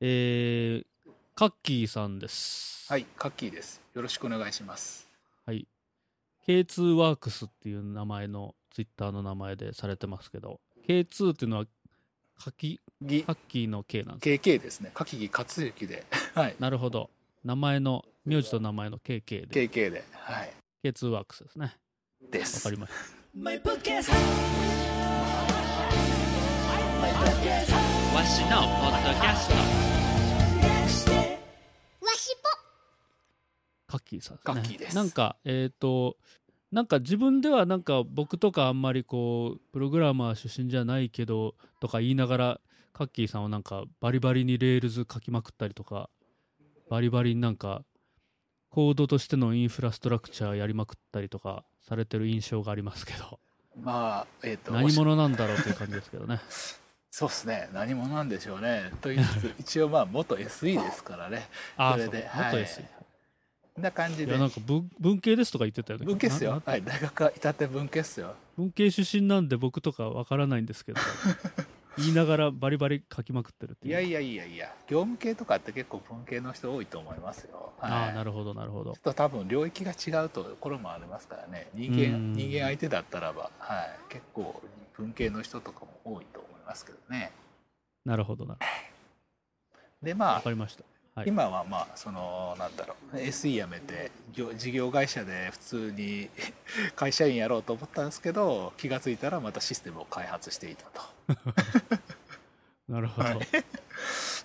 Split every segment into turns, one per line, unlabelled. えー、カッキーさんです。
はい、カッキーです。よろしくお願いします。
はい。K2 ワークスっていう名前の、ツイッターの名前でされてますけど、K2 っていうのは、カキ、
ぎ、
カッキーの K なんです。
KK ですね。カキギ勝之で。 はい。
なるほど。名前の、名字と名前の KK で、
KK で。はい。
K2 ワークスですね。
で
わ
す
かり。ました。
わしのポッドキャスト
カッキーさんです
カ
ね。
ッキーです
なんか、えっ、と、なんか自分ではなんか僕とかあんまりこうプログラマー出身じゃないけどとか言いながらカッキーさんはなんかバリバリにレールズ書きまくったりとかバリバリになんかコードとしてのインフラストラクチャーやりまくったりとかされてる印象がありますけど
まあ、えっ、と、
何
おし
者なんだろうという感じですけ どね
そうですね。何者なんでしょうね。と言いつつ、一応まあ、元 SE ですからね。
ああ
そ
そ
れ
う
で
もっと安い、
こんな感じ
い、
で
や。なんか文文系ですとか言ってたよね
文系っす
な
よ
な。
はい。大学は至って文系っすよ。
文系出身なんで僕とかわからないんですけ ど言いながらバリバリ書きまくってるって
い
いう
やいやいやいや、業務系とかって結構文系の人多いと思いますよ。はい、
ああなるほどなるほど
ちょっと多分領域が違うところもありますからね人
う
間
ん
人間相手だったらば、はい、結構文系の人とかも多いと思いますけどね
なるほどなるほ
で
ど
ま
わ
あ
かりましたはい
今はまあそのなんだろう SE 辞めて業事業会社で普通に 会社員やろうと思ったんですけど気がついたらまたシステムを開発していたと
なるほど、
はい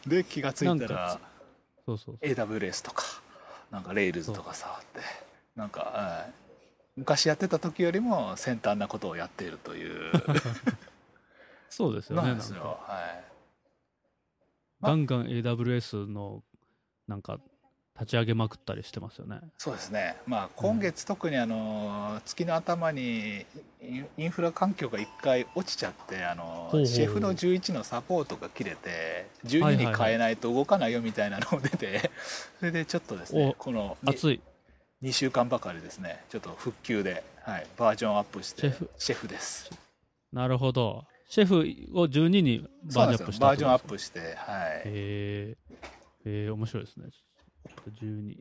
で気がつい
な
た
んからそうそうそう
AWS とかなんか Rails とか触ってなんか、うん昔やってた時よりも先端なことをやっているという。
そうですよね
な
なんん
です
か
よ。は
ガンガン AWS のなんか立ち上げまくったりしてますよね
い。そうですね。まあ今月特にあの、月の頭にインインフラ環境が一回落ちちゃってあの
ほうほう
シェフの11のサポートが切れて
は
12
いはい
に
はい
変えないと動かないよみたいなのも出て、 それでちょっとです
お
ねこのに
熱い
2週間ばかりですねちょっと復旧で、はい、バージョンアップして
シェフ
シェフです。
なるほどシェフを12に
そ
バ
う
ー
な
ジョンアッ
ん
プ
です
し
よ
た
バージョンアッ
へ
プしてはい。
ええー面白いですね12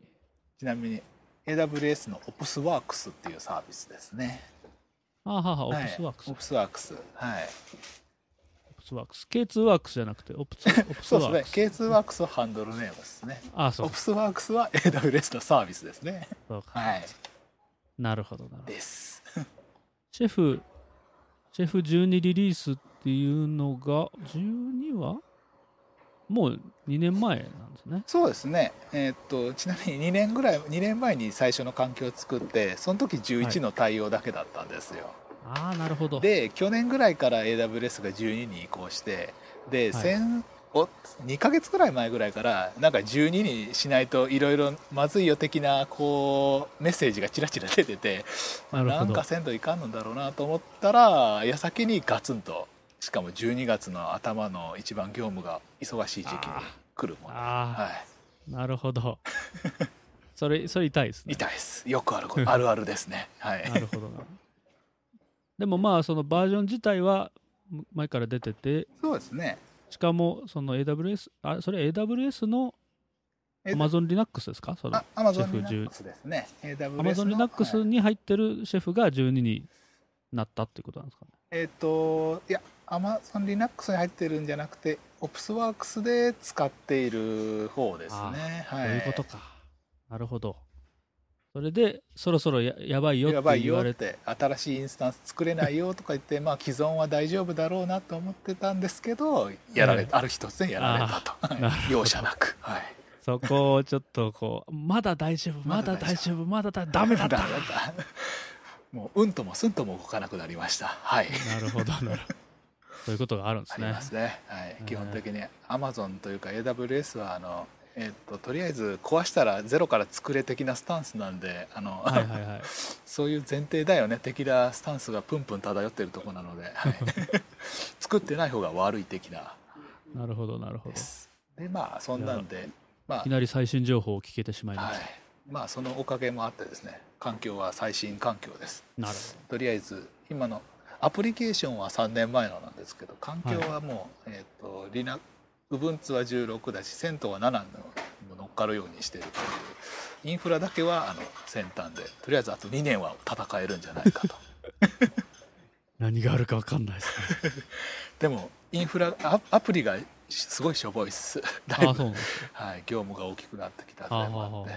ちなみに AWS の OpsWorks っていうサービスですね。
あーはーは
は
ーオ
い
プスワークス、
オプスワークス。はい。
オプスワークス K2 ワークスじゃなくてオプスオプス
そ
ワ
う
ー
で
クス
すね。K2 ワークスはハンドルネームですね。
ああそ
オ
う
プスワークスは AWS のサービスですね。
そうか
はい。
なるほどなるほど
です。
シェフ、シェフ12リリースっていうのが、12はもう2年前なんですね。
そうですね。えーっと、ちなみに2年ぐらい、2年前に最初の環境を作って、その時11の対応だけだったんですよ。
ああ、なるほど。
で、去年ぐらいから AWS が12に移行して、で、
はい
先お2ヶ月ぐらい前ぐらいからなんか12にしないといろいろまずいよ的なこうメッセージがちらちら出てて
なる
な
ほ
ん
ど
か。鮮度いかんのだろうなと思ったら矢先にガツンとしかも12月の頭の一番業務が忙しい時期に来るもんで、は
ああ、なるほど。 それ、それ痛いです
い、
ね。
痛いですよくあることあるあるですねはい
なるほどな。 でもまあ、そのバージョン自体はむ前から出てて、
そうですね
しかもその AWS、あ、それ AWS の
え
Amazon Linux ですかその
あアマ
シ
ゾ
ェ
ン
フ
リナ
10
ックスですね AWS の
Amazon
は
Linux
い
に入ってるシェフが12になったっていうことなんですかね。
えっ、といやアマゾンリナックスに入ってるんじゃなくてオプスワークスで使っている方ですねはい
そういうことか。なるほど。それで、そろそろややばいよ
や
っ
ば
て
い
言
よ
われ、
ってて新しいインスタンス作れないよとか言ってまあ既存は大丈夫だろうなと思ってたんですけどやら
は
れ、
い
ある日突然やられたと
なる
はい容赦なく、はい、
そこをちょっとこう、まだ大丈夫、ま
ま
だ
だ
大
大
丈夫、まだだ、ダメだった。
ダメだったもううんともすんとも動かなくなりましたはい
なるほど、なるほど。そういうことがあるんで
あ
す
り
ね
ま。すね、はい
うん、
基本的に Amazon というか AWS はあの、えっととりあえず壊したらゼロから作れ的なスタンスなんであの、
はいはいはい。
そういう前提だよね的なスタンスがプンプン漂ってるとこなので、 はい 作ってない方が悪い的な
なるほど、なるほど。い
です。でまあそんなんでま
きなり最新情報を聞けてしまい
あ
ま
は
し
い
た。
まあそのおかげもあってですね環境は最新環境です。
なる
とりあえず今のアプリケーションは3年前のなんですけど環境はもう、えっ、とリナ Ubuntu は16だし CentOS は7の乗っかるようにしてるというインフラだけはあの先端でとりあえずあと2年は戦えるんじゃない かと
何があるか分かんないですね。
でもインフラアアプリがすごいしょぼいっすだい
あ
ぶ
あ、そうなんですか。
はい、業務が大きくなってきたせい
ああ、
もあ
あ
って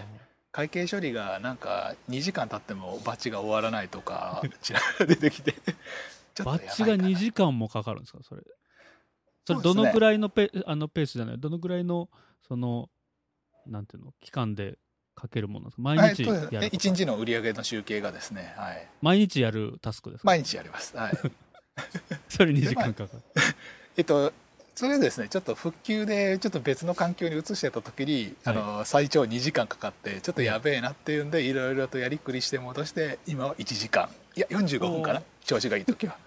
会計処理がなんか2時間経ってもバッチが終わらない とかちらほら出てきて ちょ
あ
っと
バッ
やばいかな
チが2時間もかかるんですか、それ。それ、
そ
ど
うですね
のくらいのペ,、あのペースじゃない、どのくらいの、その、なんていうの、期間でかけるものなんですか。毎日
は
や
い
るこ
そう
と、
ですね一日の売り上げの集計がですね、はい、
毎日やるタスクですか。
毎日やります、 はい、
それ2時間かかる。
えっとそれをですねちょっと復旧でちょっと別の環境に移してた時に、
はい
あの最長2時間かかってちょっとやべえなっていうんでいろいろとやりくりして戻して今は1時間いや45分か
お
な
ー
調子がい い時は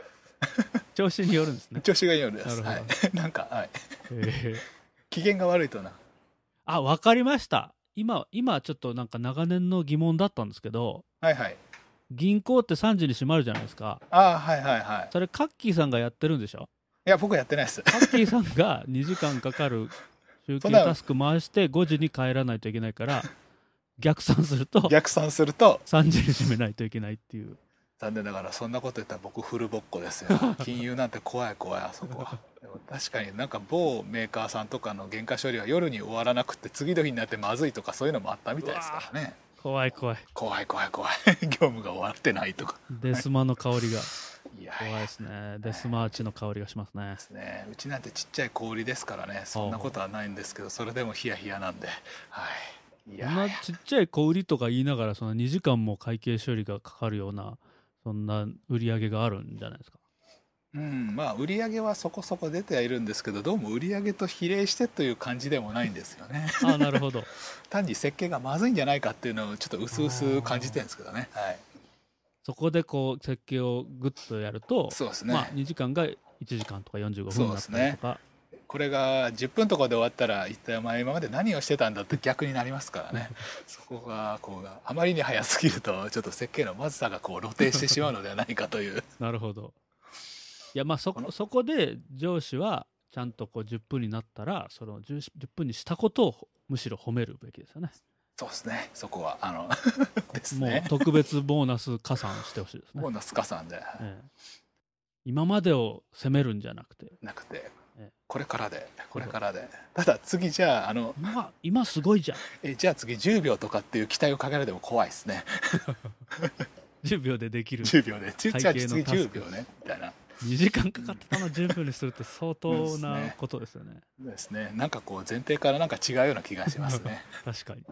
調子によるんですね。
調子がいいようです、
な
は
る
い
ほ、
なんか、はい、
ええ
機嫌が悪いとな
あ、わかりました。今、今ちょっとなんか長年の疑問だったんですけど、
はいはい
銀行って3時に閉まるじゃないですか。
ああはいはいはい
それ、カッキーさんがやってるんでしょ
いや僕はやってないです
カッキーさんが2時間かかる集
そ
計
んな
タスク回して5時に帰らないといけないから、逆算すると
逆算すると
3時に閉めないといけないっていう。
残念ながらそんなこと言ったら僕フルボッコですよ金融なんて怖い怖いあそこはでも確かになんか某メーカーさんとかの原価処理は夜に終わらなくて次の日になってまずいとかそういうのもあったみたいですからね
怖い怖い。
怖い怖い 怖い業務が終わってないとか
デスマの香りが
いやい
怖い
や
ですね。デスマーチの香りがしますね
で。すねうちなんてちっちゃい氷ですからねそんなことはないんですけどそれでもヒヤヒヤなんではいい
そ
や
んなちっちゃい小売りとか言いながら、その2時間も会計処理がかかるような、そんな売り上げがあるんじゃないですか。
うんまあ売り上げはそこそこ出てはいるんですけどどうも売り上げと比例してという感じでもないんですよね
ああ、なるほ ど。
単に設計がまずいんじゃないかっていうのをちょっと薄々感じてるんですけどね、はい、
そこでこう設計をグッとやると、
そうですね、
まあ2時間が1時間とか45分になった
そうで
り
す
とか、
これが10分とかで終わったら一体お前今まで何をしてたんだって逆になりますから ねそこがこうあまりに早すぎるとちょっと設計のまずさがこう露呈してしまうのではないか という
なるほど。いやまあそ
この
こそこで上司はちゃんとこう10分になったらその 10, 10分にしたことをむしろ褒めるべきですよね。
そうですねそこはあのです
もう
ね
特別ボーナス加算してほしいですね
もう。ナスカさんで、
ええ今までを責めるんじゃなくて
なくて
ええ
これからでこれからでただ次じゃああの
今今すごいじゃん
えじゃあ次10秒とかっていう期待をかけられても怖いですね
10秒でできる
10秒でじゃあ
会
次
計のタス
10
ク
秒ねみたいな
2時間かかってたの10分にするって相当なことですよね。
ですね。なんかこう前提からなんか違うような気がします ね。
確かに。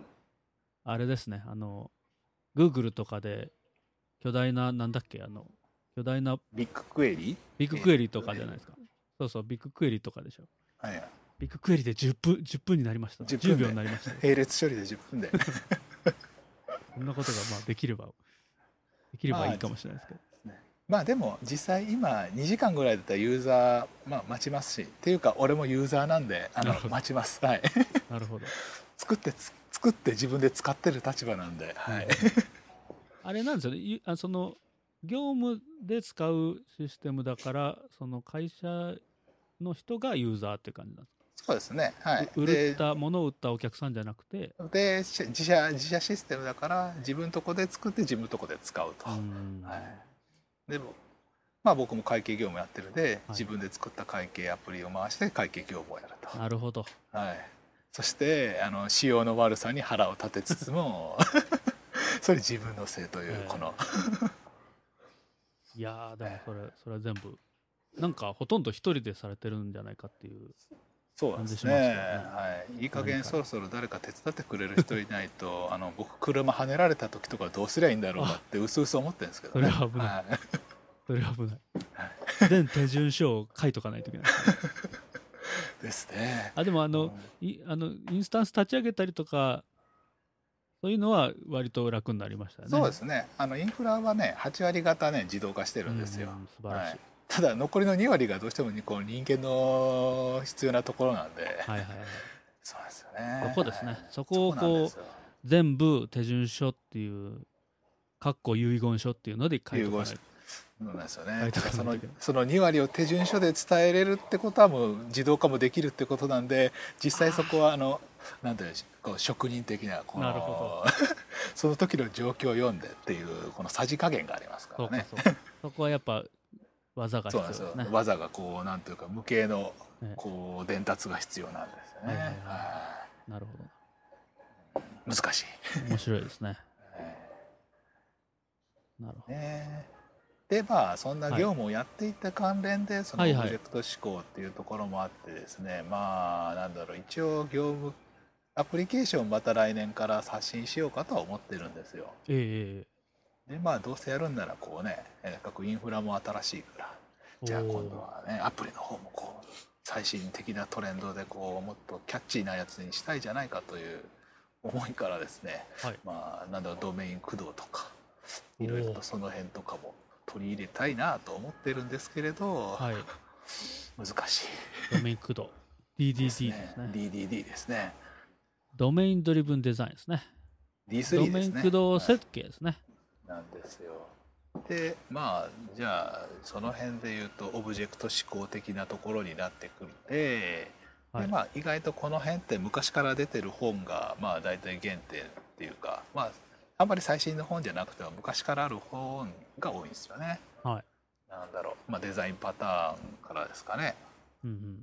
あれですね、あの、Google とかで、巨大な、なんだっけ、あの、巨大な
ビッグクエリ
ビッグクエリとかじゃないですか。そうそう、ビッグクエリとかでしょ。
はい。
ビッグクエリで10分、10分になりました。
10
10,
分で
秒になりました。
並列処理で10分 で。
こんなことが、まあ、できれば、できればいいかもしれないですけど。
まあでも実際今2時間ぐらいだったらユーザー、まあ、待ちますしっていうか俺もユーザーなんであの
なるほど
待ちますはい
なるほど。
作ってつ作って自分で使ってる立場なんで、はい、
あれなんですよねゆあ、その、業務で使うシステムだから、その会社の人がユーザーって感じなんです
そうですねはい
か。売売った、ものを売ったお客さんじゃなくて、
ででし自社自社システムだから自分とこで作って自分とこで使うと、
うん
はい、でもまあ僕も会計業務やってるんで、自分で作った会計アプリを回して会計業務をやると、
なるほど。
はい、そしてあの仕様の悪さに腹を立てつつ もそれ自分のせいという
ええ
この、
いやー、でもそれ、それは全部、なんかほとんど一人でされてるんじゃないかっていう。
そうなんですね
感じしますよ
はい、いい加
何
減
か
そろそろ誰か手伝ってくれる人いない とあの僕車跳ねられた時とかどうすりゃいいんだろうなってうすうす思ってるんですけどね
それは危ない
い
それは危ない。全手順書を書いとかないといけない。
ですね
あ、でもあ
うん
の、いあの、インスタンス立ち上げたりとか、そういうのは割と楽になりましたよね。
そうですねあのインフラはね8割方ね自動化して
う
るんですよ、
ん素晴らしい。
ただ残りの2割がどうしてもこう人間の必要なところなんで、
はいはいはい。
そうなんですよね
そこですね
はい
そこをこう
そうなんですよ
全部手順書っていう、かっこ遺言書っていうので書い
融
とか
合
な
し
い
そうなんですよ
バ
ね
イトが
そ
な
の
いけど
その2割を手順書で伝えれるってことはもう自動化もできるってことなんで実際そこはあのなんていうんでしょうこう職人的なこの
なるほ
その時の状況を読んでっていうこのさじ加減がありますか
そう
ら
か
ね
そうかそこはやっぱ技が必
そう
要で
なんですす
ね
よ技がこうなんというか無形の
ね
こう伝達が必要なんですよ
はいはい
ね、
はい
は
なるほ
い難しい
ど面白い ですねなるほど
ねでまあそんな業務をやっていった関連で、その
は
オ
い
ブ
はい
ジェクト思考っていうところもあってですね、まあなんだろう一応業務アプリケーションをまた来年から刷新しようかとは思ってるんですよ
えええ
でまあどうせやるんならこうねえー各インフラも新しいから
え
じゃあ
おー
今度はねアプリの方もこう最新的なトレンドでこうもっとキャッチーなやつにしたいじゃないかという思いからですね、
はい
まあなんだろうドメイン駆動とか
おー
いろいろとその辺とかも取り入れたいなと思ってるんですけれど、
はい
難しい
ドメイン駆動 DDD で
で
すすね
ね DDD ですね
ドメインドリブンデザインですねド
D3
メ
で
イ
す
ン
ね
駆動設計ですね
なんですよ。でまあじゃあその辺で言うとオブジェクト思考的なところになってくるで,、
はい
でまあ意外とこの辺って昔から出てる本がまあ大体原点っていうかまああんまり最新の本じゃなくても昔からある本が多いんですよね。
はい
なんだろう、まあ、デザインパターンからですかね。
うんうん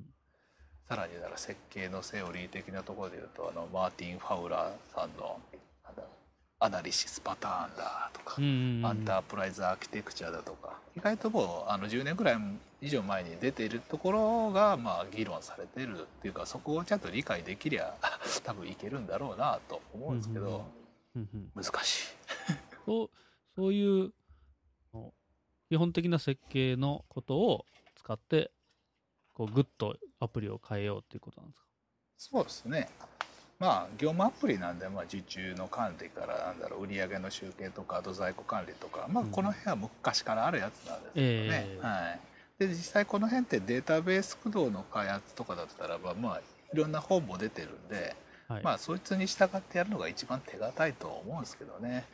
さらになら設計のセオリー的なところで言うとあのマーティン・ファウラーさんのなんだろうアナリシスパターンだとか
う、んうんうん
アンタープライズアーキテクチャだとか意外ともうあの10年ぐらい以上前に出ているところがまあ議論されてるっていうかそこをちゃんと理解できりゃ多分いけるんだろうなと思うんですけど、
うんうん
難しい。
そうそういうの基本的な設計のことを使ってこうグッとアプリを変えようっていうことなんですか
そうですねまあ業務アプリなんで、まあ、受注の管理からなんだろう売上の集計とか土在庫管理とか、まあ、
うん
この辺は昔からあるやつなんですけどね、
ええ
はい、で実際この辺ってデータベース駆動の開発とかだったらば、まあ、いろんな本も出てるんで、
はい、
まあそいつに従ってやるのが一番手堅いとは思うんですけどね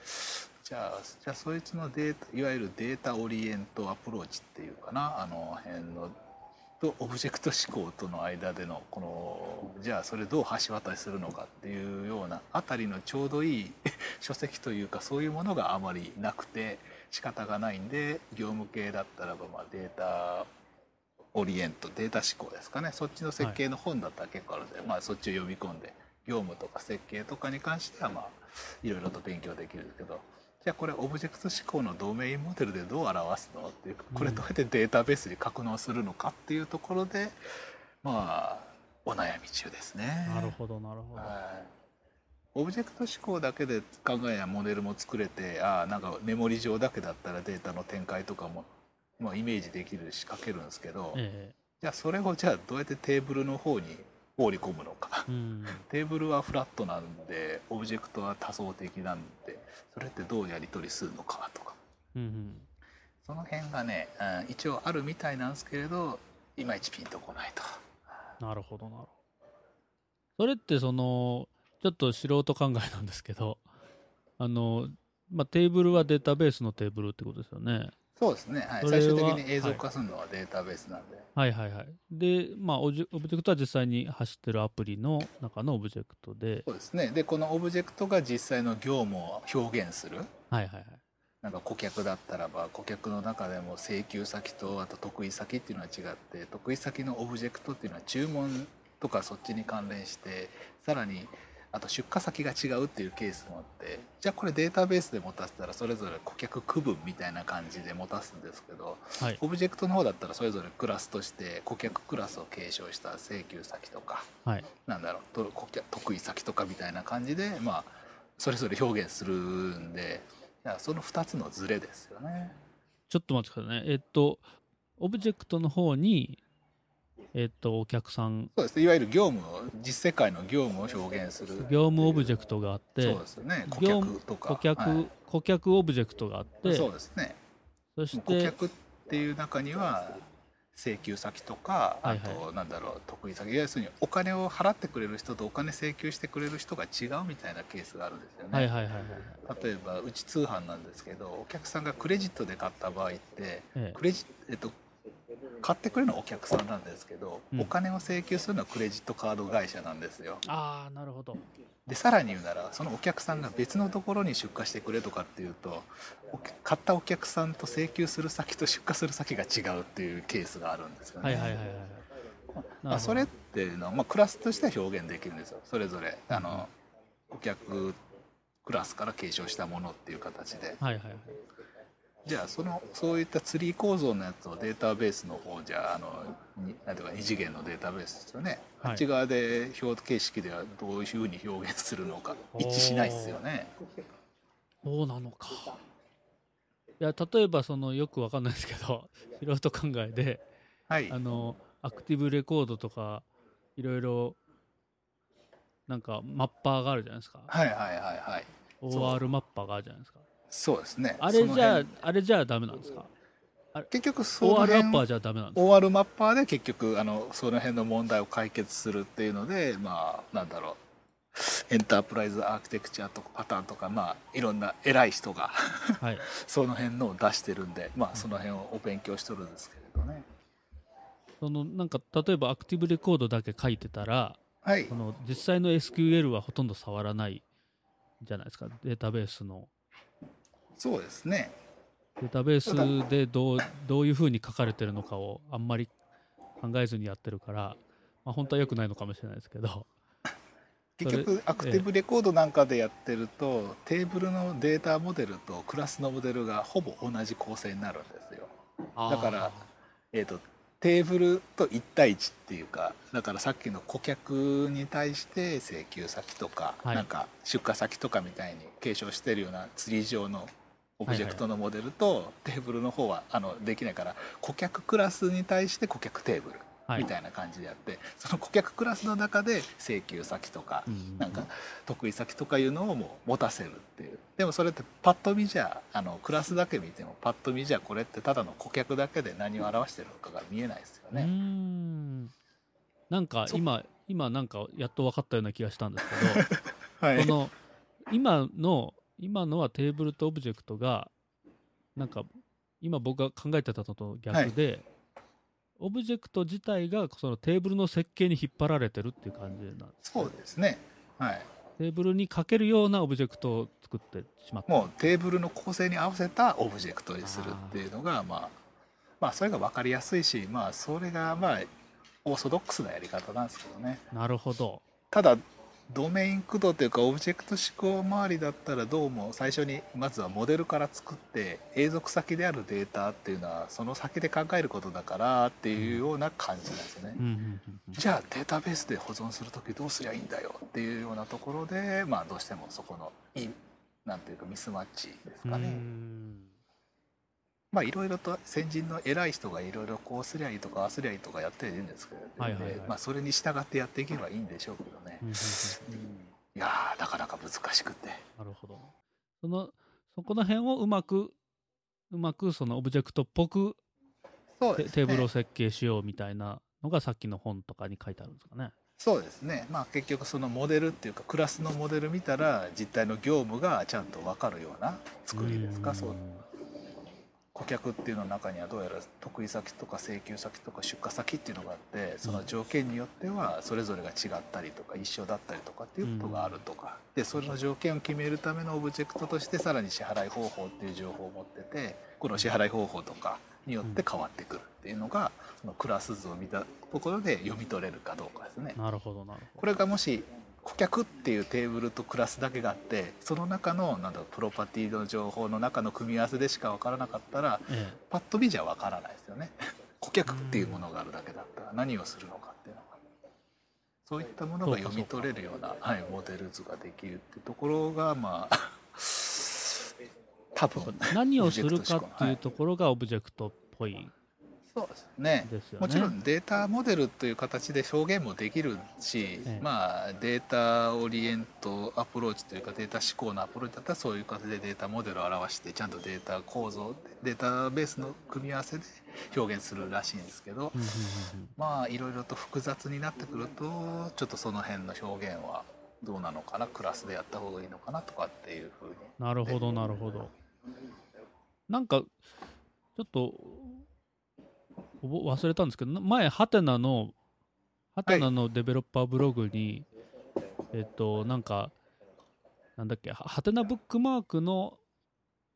じゃあじゃあそいつのデータいわゆるデータオリエントアプローチっていうかなあの辺のとオブジェクト思考との間でのこのじゃあそれどう橋渡しするのかっていうようなあたりのちょうどいい書籍というかそういうものがあまりなくて仕方がないんで業務系だったらばまあデータオリエントデータ思考ですかねそっちの設計の本だったら結構あるんで、まあ、そっちを読み込んで業務とか設計とかに関してはまあいろいろと勉強できるんですけどじゃあこれオブジェクト思考のドメインモデルでどう表すのっていうこれどうやってデータベースに格納するのかっていうところでまあお悩み中ですね。
なるほどなるほど、
はいオブジェクト思考だけで考えやモデルも作れてああなんかメモリ上だけだったらデータの展開とかも、まあ、イメージできるし書けるんですけど、
え
じゃあそれをじゃあどうやってテーブルの方に放り込むのか
えうん
テーブルはフラットなんでオブジェクトは多層的なんでそれってどうやり取りするのかとか
うんうん
その辺がね、うん一応あるみたいなんですけれどいまいちピンとこないと。
なるほどなるほどそれってそのちょっと素人考えなんですけどあの、まあ、テーブルはデータベースのテーブルってことですよね
そうですね、はい、
それ
最
は
終的に映像化するのはデータベースなんで、
はいはいはいでまあオジェオブジェクトは実際に走ってるアプリの中のオブジェクトで
そうですねでこのオブジェクトが実際の業務を表現する
はいはいはい
なんか顧客だったらば顧客の中でも請求先とあと得意先っていうのは違って得意先のオブジェクトっていうのは注文とかそっちに関連してさらにあと出荷先が違うっていうケースもあってじゃあこれデータベースで持たせたらそれぞれ顧客区分みたいな感じで持たすんですけど
はい
オブジェクトの方だったらそれぞれクラスとして顧客クラスを継承した請求先とか
はい
なんだろうとこ得意先とかみたいな感じで、まあ、それぞれ表現するんでいやその2つのズレですよね。
ちょっと待ってくださいねえっとオブジェクトの方にえっとお客さん
そうですねいわゆる業務を実世界の業務を表現する
業務オブジェクトがあって
そうですよね顧
業務
客とか
顧客、
はい
顧客オブジェクトがあって
そうですね
そし
顧
て
客っていう中には請求先とか
は
あ
いはい
となんだろう得意先要するにお金を払ってくれる人とお金請求してくれる人が違うみたいなケースがあるんですよね。
はいはいはいはい。
例えばうち通販なんですけどお客さんがクレジットで買った場合って
え
クレジえっと買ってくれるのはお客さんなんですけど、
うん
お金を請求するのはクレジットカード会社なんですよ
ああ、なるほど。
でさらに言うならそのお客さんが別のところに出荷してくれとかっていうとお買ったお客さんと請求する先と出荷する先が違うっていうケースがあるんですよね、
はいはいはいはい。なるほど
あそれっていうのは、まあ、クラスとしては表現できるんですよそれぞれあの顧客クラスから継承したものっていう形で
はいはいはい。
じゃあそのそういったツリー構造のやつをデータベースの方じゃあのになんていうか二次元のデータベースですよね、
はい
あっち側で表形式ではどういうふうに表現するのか一致しないですよね
そうなのか。いや、例えば、その、よくわかんないですけど、 素人考えで、
はい
あの、アクティブレコードとか、いろいろ、なんか、マッパーがあるじゃないですか。
はいはいはいはい
OR マッパーがあるじゃないですか。
そうですね
あれ
その
じゃあ
辺、
あれじゃあダメなんですか
結局その
?OR
辺
マッパーじゃダメなんですか
OR マッパーで結局あのその辺の問題を解決するっていうのでまあなんだろうエンタープライズアーキテクチャとかパターンとかまあいろんな偉い人が
はい。
その辺のを出してるんで、まあ、その辺をお勉強しとるんですけれどね。
その、なんか、例えばアクティブレコードだけ書いてたら、
はい
そ、の実際の SQL はほとんど触らないじゃないですか、データベースの。
そうですね。
データベースでどうどういうふうに書かれてるのかをあんまり考えずにやってるから、まあ、本当は良くないのかもしれないですけど、
結局、アクティブレコードなんかでやってると、テーブルのデータモデルとクラスのモデルがほぼ同じ構成になるんですよ。だからえっ、と、テーブルと1対1っていうか、だからさっきの顧客に対して請求先とか、
はい
なんか出荷先とかみたいに継承してるようなツリー上のオブジェクトのモデルと、テーブルの方はあのできないから、顧客クラスに対して顧客テーブル。
はい
みたいな感じでやって、その顧客クラスの中で請求先とか、
うん
なんか得意先とかいうのをもう持たせるっていうでもそれってパッと見じゃあのクラスだけ見てもパッと見じゃこれってただの顧客だけで何を表してるのかが見えないですよ
うー
ね。
んなんか
そ
今、今なんかやっと分かったような気がしたんですけど、
は
この今の今のはテーブルとオブジェクトがなんか今僕が考えてたのと逆で、オブジェクト自体がそのテーブルの設計に引っ張られてるっていう感じなんです
そうですね。はい、
テーブルにかけるようなオブジェクトを作ってしまった
もうテーブルの構成に合わせたオブジェクトにするっていうのがまあまあそれが分かりやすいしまあそれがまあオーソドックスなやり方なんですけどね。
なるほど
ただドメイン駆動というかオブジェクト思考周りだったらどうも最初にまずはモデルから作って永続先であるデータっていうのはその先で考えることだからっていうような感じなんですよね
う。んうんうんうん
じゃあデータベースで保存する時どうすりゃいいんだよっていうようなところでまあどうしてもそこのいいなんていうかミスマッチです
う
か
ー
ね。
ん
まあいろいろと先人の偉い人がいろいろこうすりゃいいとかああすりゃいいとかやってるんですけどね、
はいはいはい
まあそれに従ってやっていけばいいんでしょうけどね。
うんうんうん
いやーなかなか難しくて
なるほどそのそこの辺をうまくうまくそのオブジェクトっぽく
そう
テ
ですね
テーブルを設計しようみたいなのがさっきの本とかに書いてあるんですかね。
そうですねまあ結局そのモデルっていうかクラスのモデル見たら実態の業務がちゃんと分かるような作りですか
ん
そう顧客っていうの中にはどうやら得意先とか請求先とか出荷先っていうのがあってその条件によってはそれぞれが違ったりとか一緒だったりとかっていうことがあるとかでそれの条件を決めるためのオブジェクトとしてさらに支払い方法っていう情報を持っててこの支払い方法とかによって変わってくるっていうのがそのクラス図を見たところで読み取れるかどうかですね。
なるほどなるほ
これがもし顧客っていうテーブルとクラスだけがあってその中のなんだろうプロパティの情報の中の組み合わせでしか分からなかったら
ど。ええ
パッと見じゃわからないですよね顧客っていうものがあるだけだったら何をするのかっていうのがそういったものが読み取れるようなはい、モデル図ができるってところがまあ多分
何をするかっていうところがオブジェクトっぽい
そうですね
ですよね。
もちろんデータモデルという形で表現もできるし、
ええ
まあデータオリエントアプローチというかデータ思考のアプローチだったらそういう形でデータモデルを表してちゃんとデータ構造データベースの組み合わせで表現するらしいんですけど
うんうんうんうん
まあいろいろと複雑になってくるとちょっとその辺の表現はどうなのかなクラスでやった方がいいのかなとかっていうふうに
なるほど、なるほど。なんか、ちょっと、おぼ忘れたんですけど、な前、ハテナの、ハテナのデベロッパーブログに、えっと、なんか、なんだっけ、ハハテナブックマークの、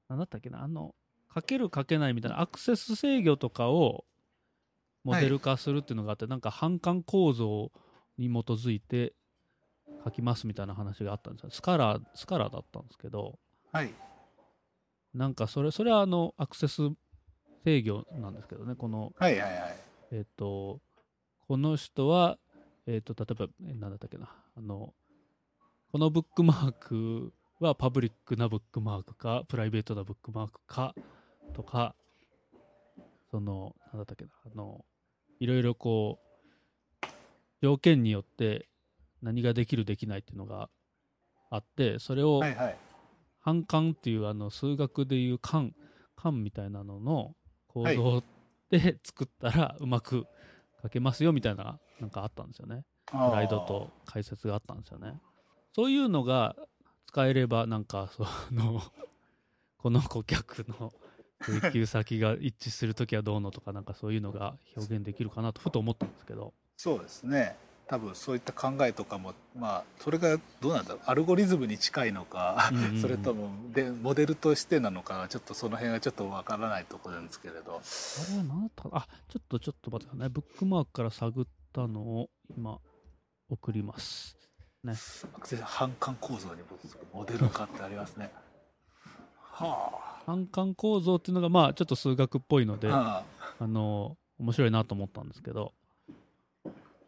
なんだったっけな、あの、かけるかけないみたいなアクセス制御とかをモデル化するっていうのがあって、なんか反感構造に基づいて書きますみたいな話があったんですよ。スカラー、スカラーだったんですけど、
はい
なんかそれ、それはあの、アクセス制御なんですけどね、この、
はいはいはい
えっ、と、この人は、えっ、と、例えば、えーなんだったっけな、あの、このブックマークはパブリックなブックマークか、プライベートなブックマークか、とか、その、なんだったっけな、あの、いろいろこう、条件によって何ができる、できないっていうのがあって、それを、
はいはい
反感っていうあの数学でいう感感みたいなのの構造で作ったらうまく書けますよみたいななんかあったんですよね
プ
プライドと解説があったんですよねそういうのが使えればなんかその この顧客の請求先が一致するときはどうのとかなんかそういうのが表現できるかなとふと思ったんですけ ど
そうですね多分そういった考えとかもまあそれがどうなんだろうアルゴリズムに近いのか、
うんうんうん
それともでモデルとしてなのかちょっとその辺はちょっとわからないところなんですけれど
あれは何だったかあちょっとちょっと待ってくださいねブックマークから探ったのを今送ります
反感構造に基づくモデル化ってありま すね。は
反感構造っていうのがまあちょっと数学っぽいの
あ、
であ
は
の面白いなと思ったんですけど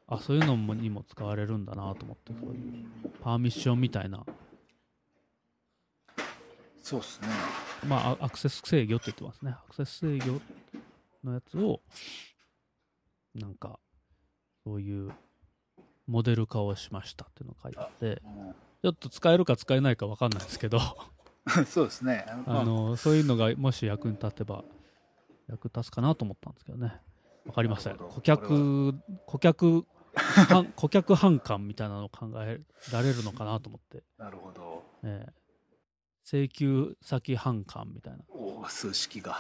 あそういうのもにも使われるんだなと思ってそういうパーミッションみたいな
あ、そうですね。
まあアアクセス制御って言ってますねアクセス制御のやつをなんかそういうモデル化をしましたっていうのが書いてあってちょっと使えるか使えないか分かんないですけど
うん そうですね。ま
あのそういうのがもし役に立てば役立つかなと思ったんですけどねわかりません
なるほど
顧客顧客反 顧客反感みたいなのを考えられるのかなと思って、
なるほど。
ええ請求先反感みたいな
おお、数 式が。